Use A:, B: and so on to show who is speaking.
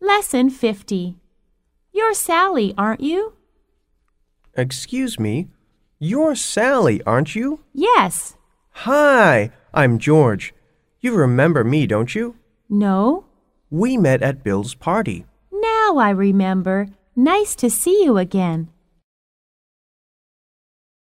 A: Lesson 50. You're Sally, aren't you?
B: Excuse me, you're Sally, aren't you?
A: Yes.
B: Hi, I'm George. You remember me, don't you?
A: No.
B: We met at Bill's party.
A: Now I remember. Nice to see you again.